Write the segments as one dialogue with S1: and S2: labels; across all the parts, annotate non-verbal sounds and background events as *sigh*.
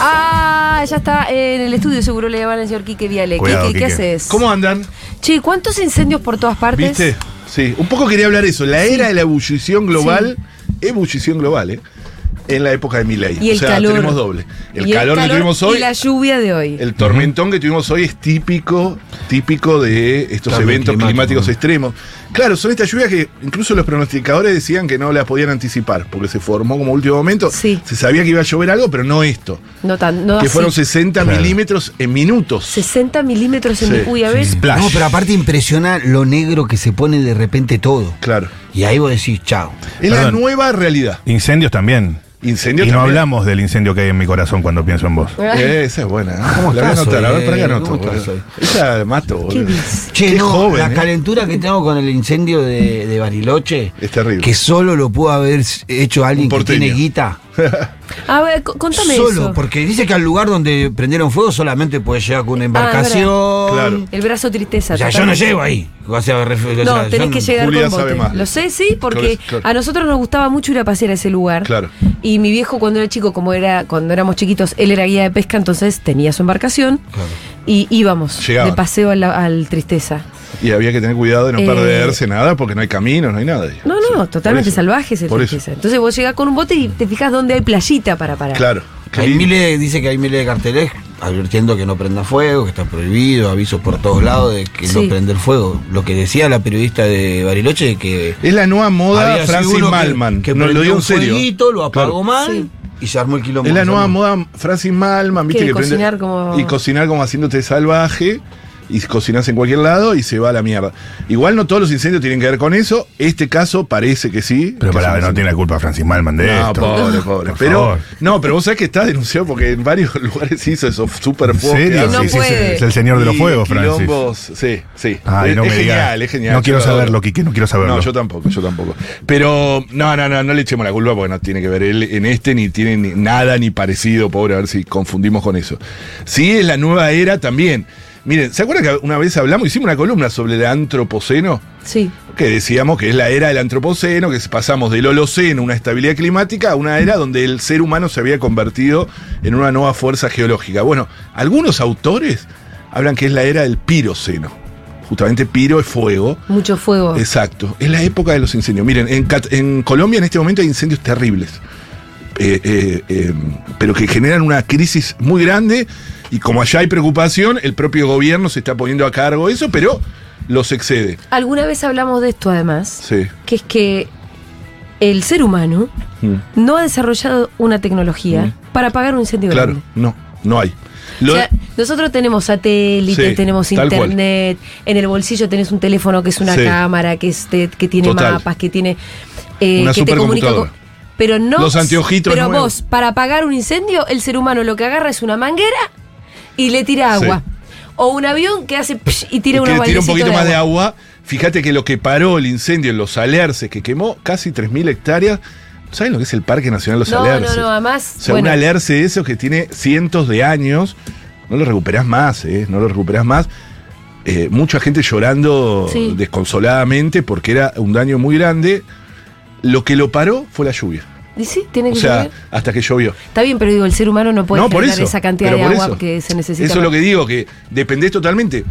S1: Ah, ya está en el estudio, seguro le llaman al señor Quique Viale.
S2: Cuidado,
S1: Quique, Eh, ¿qué
S2: Quique.
S1: haces?
S3: ¿Cómo andan?
S1: Che, ¿cuántos incendios por todas partes?
S3: ¿Viste? Sí, un poco quería hablar eso. La era de la ebullición global, ebullición global, ¿eh? En la época de Milei.
S1: Y el
S3: o sea,
S1: calor.
S3: tenemos doble. El
S1: Y
S3: calor que tuvimos hoy,
S1: Y la lluvia de hoy.
S3: el tormentón que tuvimos hoy es típico, típico de estos
S2: Cambio
S3: eventos
S2: climático,
S3: climáticos
S2: ¿no?
S3: extremos. Claro, son estas lluvias que incluso los pronosticadores decían que no las podían anticipar, porque se formó como último momento.
S1: Sí. Ah,
S3: Se sabía que iba a llover algo, pero no esto.
S1: no tan, no
S3: que
S1: así.
S3: fueron 60
S2: Claro.
S3: milímetros en minutos.
S1: 60 milímetros en
S3: Sí,
S1: mi. Uy, a ver.
S3: Splash.
S2: No, pero aparte impresiona lo negro que se pone de repente todo.
S3: Claro.
S2: Y ahí vos decís, chao.
S3: Es la
S4: Perdón.
S3: nueva realidad.
S4: Incendios también.
S3: Incendios
S4: y no
S3: también.
S4: hablamos del incendio que hay en mi corazón cuando pienso en vos.
S3: Eh, esa es buena. ¿eh?
S2: ¿Cómo
S3: la voy a
S2: estás
S3: anotar,
S2: hoy,
S3: a ver, para
S2: eh?
S3: qué anoto.
S2: ¿Cómo estás
S3: boludo?
S2: hoy?
S3: Esa la mato,
S1: ¿Qué
S3: boludo.
S1: dices?
S2: Che,
S3: Qué
S2: no,
S3: joven,
S2: la
S3: eh.
S2: calentura que tengo con el incendio de, de Bariloche.
S3: Es terrible.
S2: Que solo lo pudo haber hecho alguien
S3: Un
S2: que
S3: porteño.
S2: tiene guita.
S1: A ver, Ah, co- contame
S2: solo,
S1: eso.
S2: porque dice que al lugar donde prendieron fuego solamente puede llegar
S1: Ah,
S2: con una embarcación.
S3: Claro.
S1: El brazo tristeza.
S2: O sea, yo no
S1: totalmente.
S2: llego ahí. O sea, ref- o
S1: No,
S2: sea, yo
S1: tenés que llegar
S3: Julia
S1: con bote.
S3: sabe más.
S1: Lo sé, sí, porque
S3: Claro, claro.
S1: a nosotros nos gustaba mucho ir a pasear a ese lugar.
S3: Claro.
S1: Y mi viejo cuando era chico, como era cuando éramos chiquitos, él era guía de pesca, entonces tenía su embarcación
S2: Claro.
S1: y íbamos
S3: Llegaban.
S1: de paseo a la- al tristeza.
S3: Y había que tener cuidado de no
S1: Eh.
S3: perderse nada porque no hay caminos, no hay nada.
S1: No, no, totalmente salvajes el
S3: Por eso.
S1: tristeza. Entonces vos llegás con un bote y te fijas dónde hay playita para parar.
S3: Claro. Qué
S2: Hay
S3: lindo.
S2: miles, dice que hay miles de carteles advirtiendo que no prenda fuego, que está prohibido, avisos por todos lados de que
S1: Sí.
S2: no prender fuego. Lo que decía la periodista de Bariloche de que
S3: Es la nueva moda
S2: había sido
S3: Francis
S2: uno que-
S3: Malman.
S2: que
S3: no, lo
S2: prendió
S3: digo en
S2: un
S3: serio.
S2: fueguito, lo apagó
S3: Claro.
S2: mal
S1: Sí.
S2: y se armó el quilombo.
S3: Es la
S2: que se
S3: nueva
S2: armó.
S3: moda Francis Malman, viste
S1: Que
S3: que prende-
S1: cocinar como-
S3: Y cocinar como haciéndote salvaje. Y cocinás en cualquier lado y se va a la mierda. Igual no todos los incendios tienen que ver con eso. Este caso parece que sí.
S4: Pero
S3: que
S4: pará,
S3: es un
S4: no tiene la culpa Francis Malman de
S3: No,
S4: esto.
S3: pobre, pobre.
S4: Por
S3: Pero,
S4: favor.
S3: no, pero vos sabés que está denunciado porque en varios *laughs* lugares hizo esos super
S4: ¿En
S3: fuegos.
S4: serio?
S3: que
S1: No
S3: hacen.
S4: Sí, sí,
S1: puede.
S4: sí, es el señor de los
S3: Y
S4: fuegos, Francis.
S3: quilombos, sí, sí.
S4: Ay,
S3: es
S4: no
S3: es
S4: me digas.
S3: genial, es genial.
S4: No
S3: Yo
S4: quiero
S3: lo adoro.
S4: saberlo, Quique, no quiero saberlo.
S3: No, yo tampoco, yo tampoco. Pero, no, no, no, no le echemos la culpa porque no tiene que ver él en este, ni tiene ni- nada ni parecido, pobre, a ver si confundimos con eso. Sí, es la nueva era también. Miren, ¿se acuerdan que una vez hablamos, hicimos una columna sobre el antropoceno?
S1: Sí.
S3: que decíamos que es la era del antropoceno, que pasamos del holoceno, una estabilidad climática, a una era donde el ser humano se había convertido en una nueva fuerza geológica. Bueno, algunos autores hablan que es la era del piroceno. Justamente piro es fuego.
S1: Mucho fuego.
S3: Exacto. Es la época de los incendios. Miren, en, Cat- en Colombia en este momento hay incendios terribles. Eh, eh, eh, pero que generan una crisis muy grande y como allá hay preocupación, el propio gobierno se está poniendo a cargo de eso, pero los excede.
S1: Alguna vez hablamos de esto además,
S3: Sí.
S1: que es que el ser humano
S3: Mm.
S1: no ha desarrollado una tecnología para apagar un incendio
S3: Claro,
S1: grande.
S3: no, no hay.
S1: O
S3: Lo-
S1: sea, nosotros tenemos satélite,
S3: Sí,
S1: tenemos
S3: tal cual.
S1: internet, en el bolsillo tenés un teléfono que es una
S3: Sí.
S1: cámara, que, es de- que tiene
S3: Total.
S1: mapas, que tiene... eh,
S3: Una
S1: que te comunica
S3: supercomputadora.
S1: con- pero no...
S3: Los anteojitos
S1: Pero
S3: nuevos.
S1: vos, para apagar un incendio, el ser humano lo que agarra es una manguera y le tira agua. O un avión que hace... psh y tira unos
S3: que tira un
S1: baldecitos
S3: poquito más de agua. Fíjate que lo que paró el incendio en los alerces, que quemó casi 3.000 hectáreas. ¿Saben lo que es el Parque Nacional Los
S1: No,
S3: Alerces?
S1: no, no, además,
S3: O sea,
S1: bueno.
S3: un alerce de esos que tiene cientos de años. No lo recuperás más, ¿eh? No lo recuperás más. Eh, mucha gente llorando
S1: Sí.
S3: desconsoladamente porque era un daño muy grande. Lo que lo paró fue la lluvia.
S1: Y sí, tiene
S3: O
S1: que
S3: sea,
S1: llover.
S3: hasta que llovió.
S1: Está bien, pero digo, el ser humano no puede
S3: no, por
S1: generar
S3: eso,
S1: esa cantidad
S3: pero
S1: de
S3: por
S1: agua
S3: eso.
S1: que se necesita.
S3: Eso es lo que digo, que dependés totalmente.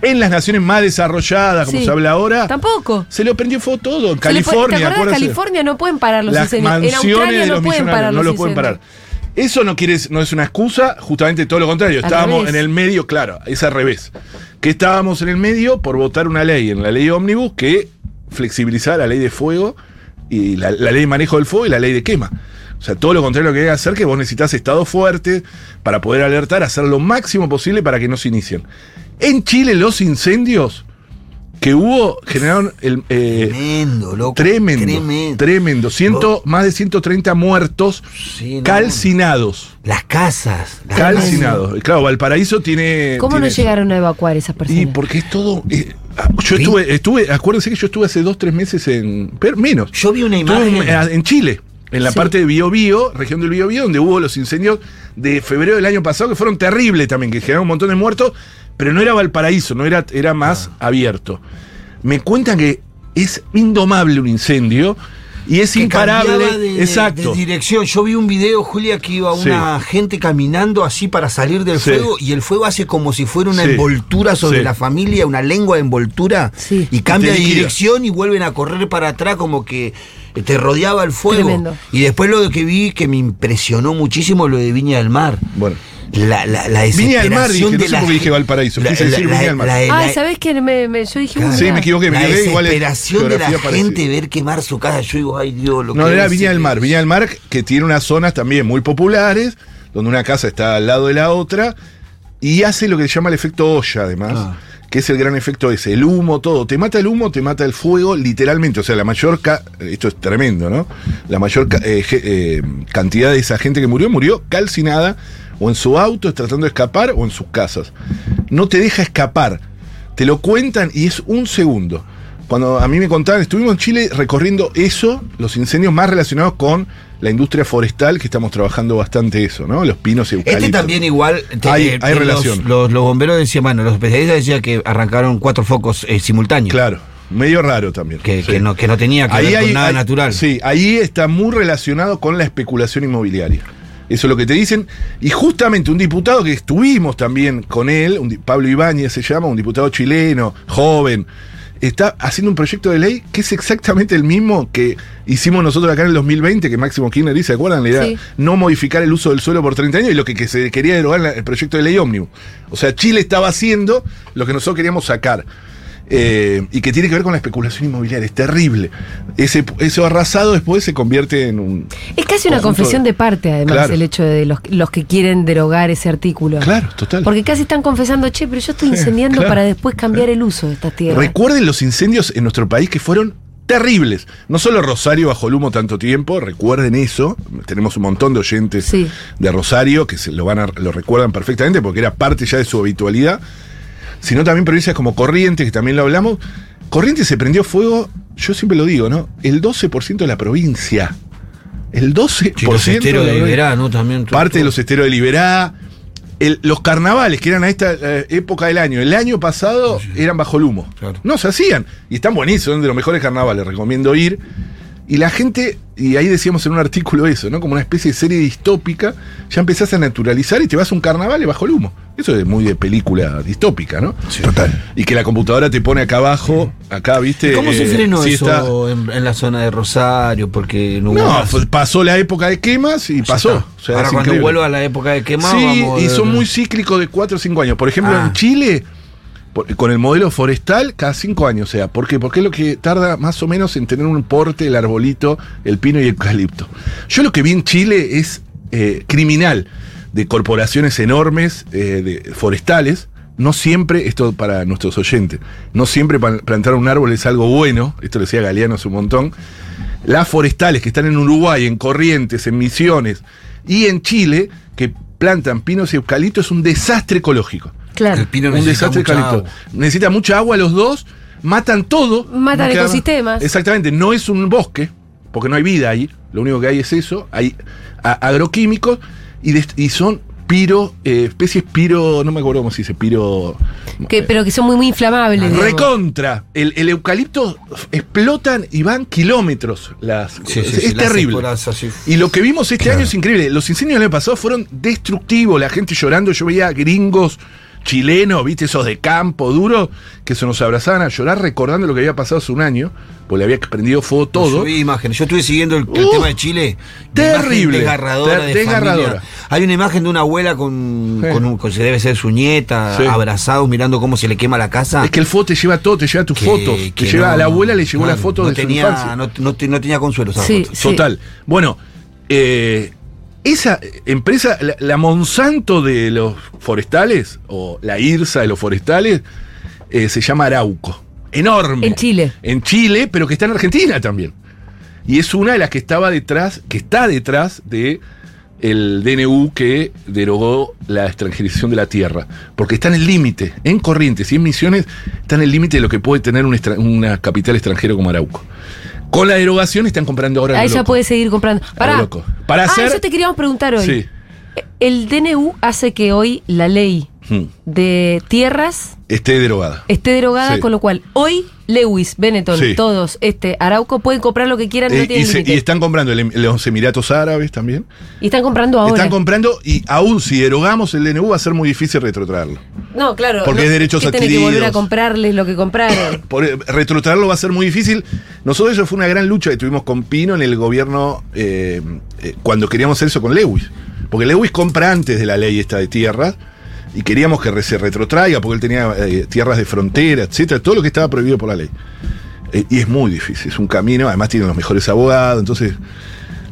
S3: En las naciones más desarrolladas, como
S1: Sí.
S3: se habla ahora,
S1: Tampoco.
S3: se lo prendió fuego todo. En
S1: Se le pone-
S3: California,
S1: ¿Te acuerdas?
S3: acuérdense.
S1: California no pueden parar los
S3: Las
S1: incendios. En
S3: mansiones
S1: Australia
S3: de los
S1: no pueden parar
S3: millonarios no
S1: los
S3: lo pueden
S1: incendios.
S3: parar. Eso no quiere, no es una excusa, justamente todo lo contrario.
S1: Al
S3: estábamos
S1: revés.
S3: en el medio, claro, es al revés. Que estábamos en el medio por votar una ley, en la ley ómnibus, que flexibilizaba la ley de fuego y la, la ley de manejo del fuego y la ley de quema. O sea, todo lo contrario que hay que hacer, que vos necesitas estados fuertes para poder alertar, hacer lo máximo posible para que no se inicien. En Chile los incendios que hubo generaron el, eh,
S2: Tremendo, loco.
S3: tremendo, tremendo,
S2: Tremendo.
S3: Ciento- más de 130 muertos
S2: Sí, no.
S3: calcinados.
S2: Las casas. las
S3: Calcinados. Claro, Valparaíso tiene.
S1: ¿Cómo no
S3: tiene eso.
S1: llegaron a evacuar esas
S3: Y
S1: personas?
S3: porque es todo. eh, ah, yo estuve, estuve, acuérdense que yo estuve hace dos, tres meses en. pero menos.
S2: Yo vi una
S3: Estuve
S2: imagen.
S3: eh, en, en Chile, en la
S1: Sí.
S3: parte de Biobío, región del Biobío, donde hubo los incendios de febrero del año pasado, que fueron terribles también, que generaron un montón de muertos, pero no era Valparaíso, no era, era más
S2: Ah.
S3: abierto. Me cuentan que es indomable un incendio y es
S2: que
S3: imparable.
S2: cambiaba de- de-
S3: exacto.
S2: de dirección. Yo vi un video, Julia, que iba
S3: Sí.
S2: una gente caminando así para salir del
S3: Sí.
S2: fuego y el fuego hace como si fuera una
S3: Sí.
S2: envoltura sobre
S3: Sí.
S2: la familia, una lengua de envoltura
S1: Sí.
S2: y cambia
S3: Y
S2: de
S3: te liquida.
S2: dirección y vuelven a correr para atrás como que eh, te rodeaba el fuego.
S1: Tremendo.
S2: Y después lo que vi que me impresionó muchísimo lo de Viña del Mar.
S3: Bueno.
S2: La, la, la
S3: Viña del Mar, dije,
S2: desesperación
S3: no
S2: de
S3: sé
S2: la
S3: por qué dije
S2: gente.
S3: Valparaíso,
S2: La-
S3: quise
S2: la-
S3: decir
S2: la-
S3: Viña del Mar.
S2: la- la-
S1: Ah, ¿sabés qué? Me, me- yo dije,
S2: Claro.
S3: Ah, Sí, me equivoqué, me
S2: la
S3: equivoqué, igual es
S2: desesperación de la
S3: geografía parecida.
S2: gente ver quemar su casa. Yo digo, ay Dios, lo
S3: No,
S2: que
S3: era
S2: es
S3: Viña del
S2: este-
S3: Mar. Viña del Mar que tiene unas zonas también muy populares, donde una casa está al lado de la otra, y hace lo que se llama el efecto olla, además,
S2: Ah.
S3: que es el gran efecto ese, el humo, todo. Te mata el humo, te mata el fuego, literalmente. O sea, la mayor, ca- esto es tremendo, ¿no? La mayor ca- eh, ge- eh, cantidad de esa gente que murió, murió calcinada, o en su auto, tratando de escapar, o en sus casas. No te deja escapar. Te lo cuentan y es un segundo. Cuando a mí me contaban, estuvimos en Chile recorriendo eso, los incendios más relacionados con la industria forestal, que estamos trabajando bastante eso, ¿no? Los pinos y eucaliptos.
S2: Este también igual. te-
S3: Hay-
S2: eh,
S3: hay
S2: los-
S3: relación.
S2: Los, los bomberos decían, bueno, los especialistas decían que arrancaron cuatro focos eh, simultáneos.
S3: Claro, medio raro también.
S2: Que,
S3: Sí.
S2: que no, que no tenía que ver con
S3: hay-
S2: nada
S3: hay-
S2: natural.
S3: Sí, ahí está muy relacionado con la especulación inmobiliaria. Eso es lo que te dicen. Y justamente un diputado que estuvimos también con él, un di- Pablo Ibáñez se llama, un diputado chileno, joven, está haciendo un proyecto de ley que es exactamente el mismo que hicimos nosotros acá en el 2020, que Máximo Kirchner dice, ¿se acuerdan? La idea
S1: Sí.
S3: no modificar el uso del suelo por 30 años y lo que, que se quería derogar en la- el proyecto de ley ómnibus. O sea, Chile estaba haciendo lo que nosotros queríamos sacar. Eh, y que tiene que ver con la especulación inmobiliaria, es terrible. Ese, eso arrasado después se convierte en un...
S1: Es casi una
S3: conjunto
S1: confesión de parte, además,
S3: Claro.
S1: el hecho de los, los que quieren derogar ese artículo.
S3: Claro, total.
S1: Porque casi están confesando, che, pero yo estoy
S3: Sí,
S1: incendiando
S3: claro.
S1: para después cambiar el uso de estas tierras.
S3: Recuerden los incendios en nuestro país que fueron terribles. No solo Rosario bajo el humo tanto tiempo, recuerden eso. Tenemos un montón de oyentes
S1: Sí.
S3: de Rosario que se lo van a, lo recuerdan perfectamente porque era parte ya de su habitualidad. Sino también provincias como Corrientes, que también lo hablamos. Corrientes se prendió fuego, yo siempre lo digo, ¿no? El 12% de la provincia. El 12%
S2: Sí, los esteros
S3: de la
S2: de
S3: provincia.
S2: Iberá, ¿no? También. todo-
S3: Parte de los esteros de Liberá. El- los carnavales que eran a esta eh, época del año, el año pasado eran bajo el humo.
S2: Claro.
S3: No se hacían. Y están buenísimos, son de los mejores carnavales, recomiendo ir. Y la gente, y ahí decíamos en un artículo eso, ¿no? Como una especie de serie distópica, ya empezás a naturalizar y te vas a un carnaval y bajo el humo. Eso es muy de película distópica, ¿no?
S4: Total.
S3: Y que la computadora te pone acá abajo, acá, ¿viste?
S2: ¿Cómo se
S3: Eh,
S2: frenó
S3: si está-
S2: eso en, en la zona de Rosario? Porque no hubo
S3: No,
S2: más.
S3: fue- pasó la época de quemas y
S2: Pues Ya
S3: pasó.
S2: está.
S3: O sea,
S2: Ahora
S3: es
S2: cuando
S3: increíble.
S2: vuelva a la época de quemado
S3: Sí,
S2: vamos a
S3: y
S2: ver-
S3: son muy cíclicos de 4 o 5 años. Por ejemplo,
S2: Ah.
S3: en Chile, por- con el modelo forestal, cada 5 años sea. ¿Por qué? Porque es lo que tarda más o menos en tener un porte el arbolito, el pino y el eucalipto. Yo lo que vi en Chile es eh, criminal de corporaciones enormes eh, de forestales. No siempre, esto para nuestros oyentes, no siempre pa- plantar un árbol es algo bueno, esto lo decía Galeano hace un montón, las forestales que están en Uruguay, en Corrientes, en Misiones y en Chile, que plantan pinos y eucalipto, es un desastre ecológico.
S1: Claro.
S2: El pino
S3: un
S2: necesita
S3: desastre
S2: mucha
S3: eucalipto.
S2: agua.
S3: Necesita mucha agua los dos, matan todo.
S1: Matan
S3: No queda-
S1: ecosistemas.
S3: Exactamente, no es un bosque, porque no hay vida ahí, lo único que hay es eso, hay a- agroquímicos y, des- y son piro, eh, especies piro, no me acuerdo cómo se dice, piro...
S1: Que, pero que son muy, muy inflamables. digamos.
S3: Recontra. El, el eucalipto f- explotan y van kilómetros las.
S2: Sí, sí,
S3: es
S2: sí, las
S3: terrible.
S2: esporas así.
S3: Y lo que vimos este año es increíble. Los incendios del año pasado fueron destructivos. La gente llorando. Yo veía gringos chilenos, viste, esos de campo duro, que se nos abrazaban a llorar recordando lo que había pasado hace un año, porque le había prendido fuego todo.
S2: Yo vi imágenes. Yo estuve siguiendo el, el
S3: Uh,
S2: tema de Chile.
S3: terrible.
S2: Imagen Desgarradora.
S3: Ter-
S2: de
S3: desgarradora.
S2: familia. Hay una imagen de una abuela con,
S3: Sí.
S2: con un, con- que debe ser su nieta,
S3: Sí.
S2: abrazados, mirando cómo se le quema la casa.
S3: Es que el fuego te lleva todo, te lleva tus
S2: Ah. Que-
S3: fotos.
S2: que
S3: Te lleva
S2: no,
S3: a la abuela, le llevó
S2: claro,
S3: la foto
S2: no
S3: de
S2: tenía,
S3: su infancia.
S2: No, no te- no tenía consuelo esa
S1: Sí.
S2: foto.
S3: Total. Bueno, eh, esa empresa, la, la Monsanto de los forestales, o la IRSA de los forestales, eh, se llama Arauco. enorme.
S1: En Chile.
S3: En Chile, pero que está en Argentina también. Y es una de las que estaba detrás, que está detrás de el DNU que derogó la extranjerización de la tierra. Porque está en el límite, en Corrientes y en Misiones, está en el límite de lo que puede tener un extra- una capital extranjero como Arauco. Con la derogación están comprando ahora. a lo
S1: Ahí ya
S3: loco.
S1: puede seguir comprando. Pará.
S3: loco. Para
S1: ah,
S3: hacer-
S1: eso te queríamos preguntar hoy.
S3: Sí.
S1: El DNU hace que hoy la ley
S3: Hmm.
S1: de tierras
S3: Esté derogada.
S1: esté derogada,
S3: Sí.
S1: con lo cual hoy Lewis, Benetton,
S3: Sí.
S1: todos, este Arauco pueden comprar lo que quieran,
S3: Eh,
S1: no
S3: y,
S1: tienen
S3: se-
S1: límite.
S3: y están comprando el- los Emiratos Árabes también.
S1: Y están comprando ahora.
S3: Están comprando y aún si derogamos el DNU va a ser muy difícil retrotraerlo.
S1: no, claro.
S3: porque
S1: no,
S3: es derechos
S1: que tienen que volver a
S3: adquiridos.
S1: comprarles lo que
S3: *coughs*
S1: compraron.
S3: Por, eh, retrotraerlo va a ser muy difícil. Nosotros eso fue una gran lucha que tuvimos con Pino en el gobierno eh, eh, cuando queríamos hacer eso con Lewis. Porque Lewis compra antes de la ley esta de tierras y queríamos que re- se retrotraiga porque él tenía eh, tierras de frontera, etcétera, todo lo que estaba prohibido por la ley. Eh, y es muy difícil, es un camino, además tienen los mejores abogados, entonces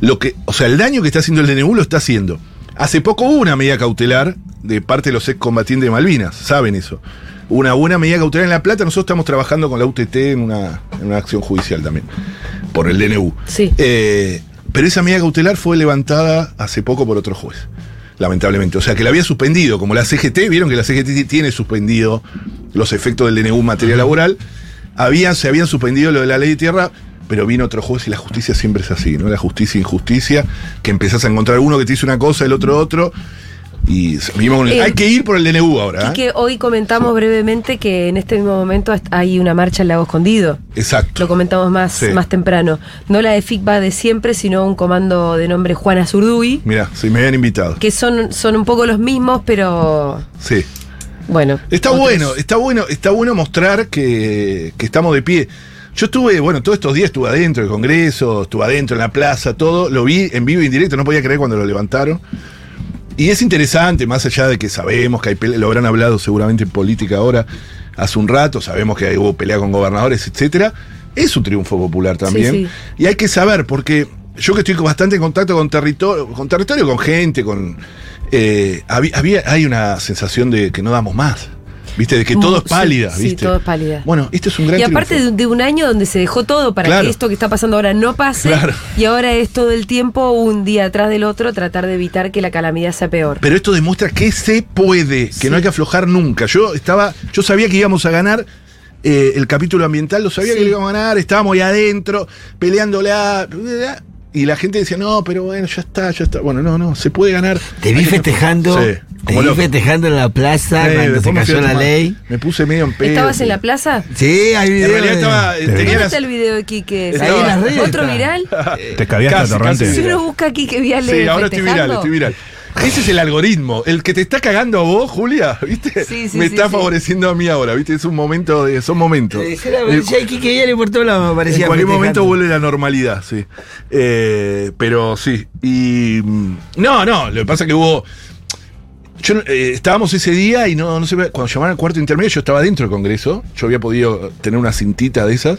S3: lo que, o sea, el daño que está haciendo el DNU lo está haciendo. Hace poco hubo una medida cautelar de parte de los excombatientes de Malvinas, saben eso. Una buena medida cautelar en La Plata, nosotros estamos trabajando con la UTT en una, en una acción judicial también, por el DNU.
S1: Sí.
S3: Eh, pero esa medida cautelar fue levantada hace poco por otro juez, lamentablemente. O sea, que la había suspendido, como la CGT, vieron que la CGT tiene suspendido los efectos del DNU en materia laboral. Habían, se habían suspendido lo de la ley de tierra, pero vino otro juez y la justicia siempre es así, ¿no? La justicia e injusticia, que empezás a encontrar uno que te dice una cosa, el otro otro. Y vimos con el-
S1: Eh,
S3: hay que ir por el DNU ahora. ¿eh?
S1: Y que hoy comentamos brevemente que en este mismo momento est- hay una marcha en Lago Escondido. Lo
S3: Exacto.
S1: comentamos más,
S3: Sí.
S1: más temprano. No la de FICBA de siempre, sino un comando de nombre Juana Zurduy,
S3: Mirá, sí, me habían invitado.
S1: que son, son un poco los mismos, pero
S3: Sí.
S1: bueno.
S3: Está
S1: otros-
S3: bueno, está bueno, está bueno mostrar que, que estamos de pie. Yo estuve, bueno, todos estos días estuve adentro del Congreso, estuve adentro en la plaza, todo, lo vi en vivo y en directo, no podía creer cuando lo levantaron. Y es interesante, más allá de que sabemos que hay pelea, lo habrán hablado seguramente en política ahora, hace un rato, sabemos que hubo pelea con gobernadores, etcétera, es un triunfo popular también.
S1: sí.
S3: Y hay que saber, porque yo que estoy bastante en contacto con territorio, con territorio, con gente, con. eh, habí- había, hay una sensación de que no damos más. ¿Viste? De que todo es
S1: Mm, Sí,
S3: pálida,
S1: sí,
S3: ¿viste?
S1: todo es pálida.
S3: Bueno, este es un gran
S1: Y aparte de,
S3: triunfo.
S1: de un año donde se dejó todo para
S3: Claro.
S1: que esto que está pasando ahora no pase,
S3: Claro.
S1: y ahora es todo el tiempo, un día atrás del otro, tratar de evitar que la calamidad sea peor.
S3: Pero esto demuestra que se puede, que no hay que aflojar nunca. Yo estaba, yo sabía que íbamos a ganar eh, el capítulo ambiental, lo sabía que lo íbamos a ganar, estábamos ahí adentro, peleándola. Y la gente decía, no, pero bueno, ya está, ya está. Bueno, no, no, se puede ganar.
S2: Te vi festejando,
S3: Sí,
S2: te
S3: como
S2: vi
S3: loco.
S2: festejando en la plaza
S3: Eh,
S2: cuando se
S3: después me fui
S2: cayó
S3: a
S2: la
S3: tomar.
S2: ley.
S3: Me puse medio en pedo.
S1: ¿Estabas en la plaza?
S2: Sí, hay
S3: En
S2: video.
S3: realidad
S2: de-
S3: estaba. eh,
S4: Te
S3: tenía
S4: vi.
S1: ¿Dónde
S3: las-
S1: está el video de Quique?
S3: Está
S1: ¿Sale?
S3: ahí en las
S2: redes,
S1: ¿Otro
S2: está.
S1: viral?
S3: *laughs*
S4: ¿Te caviaste
S3: Eh, Casi,
S4: atorrante?
S3: casi.
S1: Si uno busca a Quique Viale
S3: Sí, ahora estoy viral,
S1: festejando,
S3: estoy viral. Ese es el algoritmo. El que te está cagando a vos, Julia, *laughs* ¿viste?
S1: Sí, sí,
S3: Me
S1: sí,
S3: está
S1: sí.
S3: favoreciendo a mí ahora, ¿viste? Es un momento de. Son momentos.
S2: Eh, era- ya hay Kike Viale por todos lados, me
S3: En
S2: parecía.
S3: cualquier momento
S2: festejando.
S3: vuelve la normalidad, sí. Eh, pero sí. Y. mm, No, no, lo que pasa es que hubo. Yo, no- eh, estábamos ese día y no, no sé, cuando llamaron al cuarto intermedio yo estaba dentro del Congreso, yo había podido tener una cintita de esas,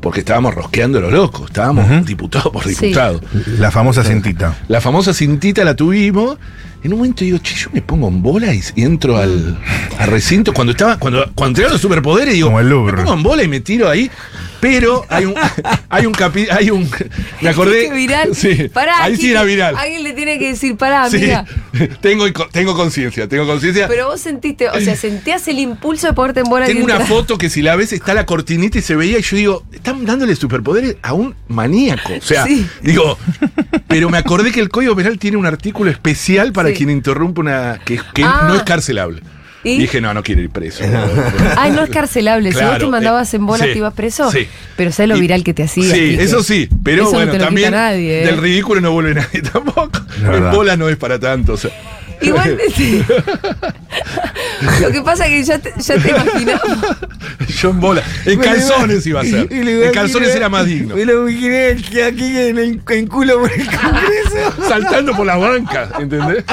S3: porque estábamos rosqueando los locos, estábamos
S4: Ujú.
S3: diputado por
S1: Sí.
S3: diputado.
S4: La famosa cintita.
S3: La famosa cintita la tuvimos. En un momento digo, che, yo me pongo en bola y, y entro al, al recinto. Cuando estaba, cuando, cuando tenía los superpoderes, digo,
S4: Como el Louvre.
S3: me pongo en bola y me tiro ahí. Pero hay un, *laughs* hay un capi, hay un, me acordé.
S1: Quique viral.
S3: *laughs* Sí,
S1: Pará,
S3: ahí sí
S1: Quique,
S3: era viral.
S1: Alguien le tiene que decir, pará,
S3: Sí, *laughs*
S1: mira.
S3: tengo, tengo conciencia, tengo conciencia.
S1: Pero vos sentiste, o sea, sentías el impulso de ponerte en bola y
S3: Tengo una
S1: entrar.
S3: foto que si la ves está la cortinita y se veía y yo digo, están dándole superpoderes a un maníaco. O sea,
S1: Sí.
S3: digo, pero me acordé que el Código Penal tiene un artículo especial para
S1: Sí.
S3: quien interrumpe una... que, que
S1: Ah.
S3: no es carcelable.
S1: ¿Y?
S3: Dije, no, no quiero ir *laughs* preso. Ah,
S1: Ay, no es carcelable. si vos
S3: Claro,
S1: te mandabas
S3: eh,
S1: en bola,
S3: sí,
S1: te ibas preso.
S3: sí.
S1: Pero sabes lo
S3: Y-
S1: viral que te hacía.
S3: Sí,
S1: Quique.
S3: eso sí, pero
S1: Eso no
S3: bueno,
S1: te lo quita
S3: también
S1: nadie, ¿eh?
S3: del ridículo no vuelve nadie *laughs* tampoco.
S4: La
S3: En
S4: verdad.
S3: bola no es para tanto. o sea. *laughs*
S1: Igual. sí. *laughs* lo que pasa es que ya te, ya te imaginamos.
S3: Yo en bola. En
S2: Me lo
S3: calzones iba a ser. *laughs*
S2: y le-
S3: En calzones era más *laughs* digno.
S2: Me lo imaginé aquí en, el, en culo por el Congreso. *laughs*
S3: Saltando por la banca, *laughs* ¿entendés?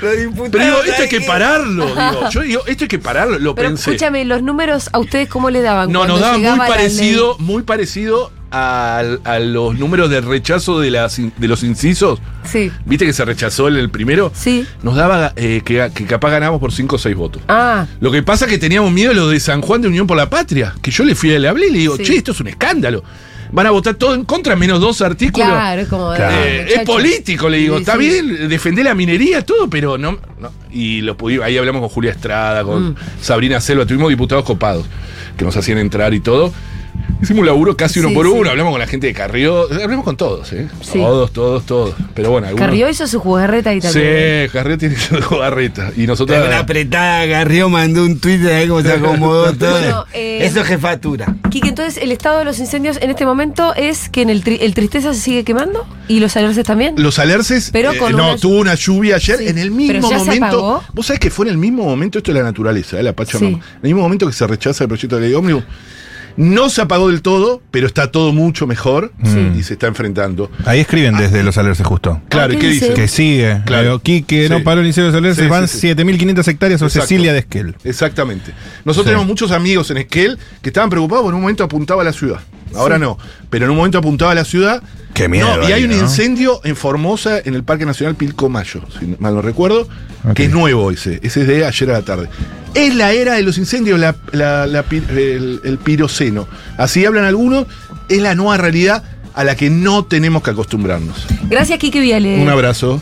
S2: Los diputados,
S3: Pero digo, esto hay
S2: ¿sabes
S3: que
S1: *laughs*
S2: qué?
S3: pararlo, digo. Yo digo, esto hay que pararlo, lo
S1: Pero
S3: pensé.
S1: escúchame, los números a ustedes, ¿cómo les daban?
S3: no,
S1: cuando
S3: nos daba muy
S1: llegaba la ley?
S3: parecido, muy parecido al- a, los números de rechazo de, las, in- de los incisos.
S1: Sí.
S3: ¿Viste que se rechazó el, el primero?
S1: Sí.
S3: Nos daba eh, que, que capaz ganamos por 5 o 6 votos.
S1: Ah,
S3: Lo que pasa es que teníamos miedo lo de San Juan de Unión por la Patria, que yo le fui a le hablé y le digo,
S1: Sí.
S3: che, esto es un escándalo. Van a votar todo en contra, menos dos artículos.
S1: claro, es como.
S4: Claro.
S1: dale,
S3: Eh, es
S1: muchacho.
S3: político, le digo,
S1: Ah, Sí,
S3: está
S1: sí.
S3: bien, defender la minería, todo, pero no. no. Y lo pudi- ahí hablamos con Julia Estrada,
S1: Mm.
S3: con Sabrina Selva, tuvimos diputados copados que nos hacían entrar y todo. Hicimos un laburo casi uno
S1: Sí,
S3: por
S1: sí.
S3: uno, hablamos con la gente de Carrió, hablamos con todos, ¿eh?
S1: Sí.
S3: Todos, todos, todos. Pero bueno, algunos.
S1: Carrió hizo su jugarreta y
S3: Sí,
S1: también.
S3: Carrió tiene *laughs* su barreta. Y nosotros.
S2: Una apretada, Garrió mandó un tuit de ahí cómo se acomodó todo.
S1: Bueno, eh,
S2: Eso es jefatura.
S1: Quique, entonces, ¿el estado de los incendios en este momento es que en el, tri- el Tristeza se sigue quemando? ¿Y los alerces también?
S3: Los alerces, eh,
S1: Pero con
S3: no,
S1: una-
S3: tuvo una lluvia ayer
S1: Sí.
S3: en el mismo
S1: Pero ya se
S3: momento.
S1: apagó.
S3: Vos sabés que fue en el mismo momento, esto es la naturaleza, eh, la Pachamama.
S1: Sí.
S3: En el mismo momento que se rechaza el proyecto de ley ómnibus. No se apagó del todo, pero está todo mucho mejor
S1: Sí.
S3: y se está enfrentando.
S4: Ahí escriben desde los alerces justo.
S3: Claro,
S1: ¿qué
S3: ¿y qué
S1: dice?
S3: dice?
S4: Que sigue.
S3: Ah. Claro.
S4: Claro. Quique,
S3: Sí.
S4: no paró el incendio de los alerces.
S3: Sí,
S4: van
S3: sí, sí.
S4: 7.500 hectáreas o
S3: Exacto.
S4: Cecilia de Esquel.
S3: Exactamente. Nosotros
S4: Sí.
S3: tenemos muchos amigos en Esquel que estaban preocupados porque en un momento apuntaba a la ciudad. Ahora no, pero en un momento apuntaba a la ciudad.
S4: Qué miedo
S3: No, y hay
S4: ahí,
S3: un
S4: ¿no?
S3: incendio en Formosa, en el Parque Nacional Pilcomayo, si mal no recuerdo,
S4: Ok.
S3: que es nuevo ese. Ese es de ayer a la tarde. Es la era de los incendios, la- la- la pi- el, el piroceno. Así hablan algunos, es la nueva realidad a la que no tenemos que acostumbrarnos.
S1: Gracias, Quique Viale.
S3: Un abrazo.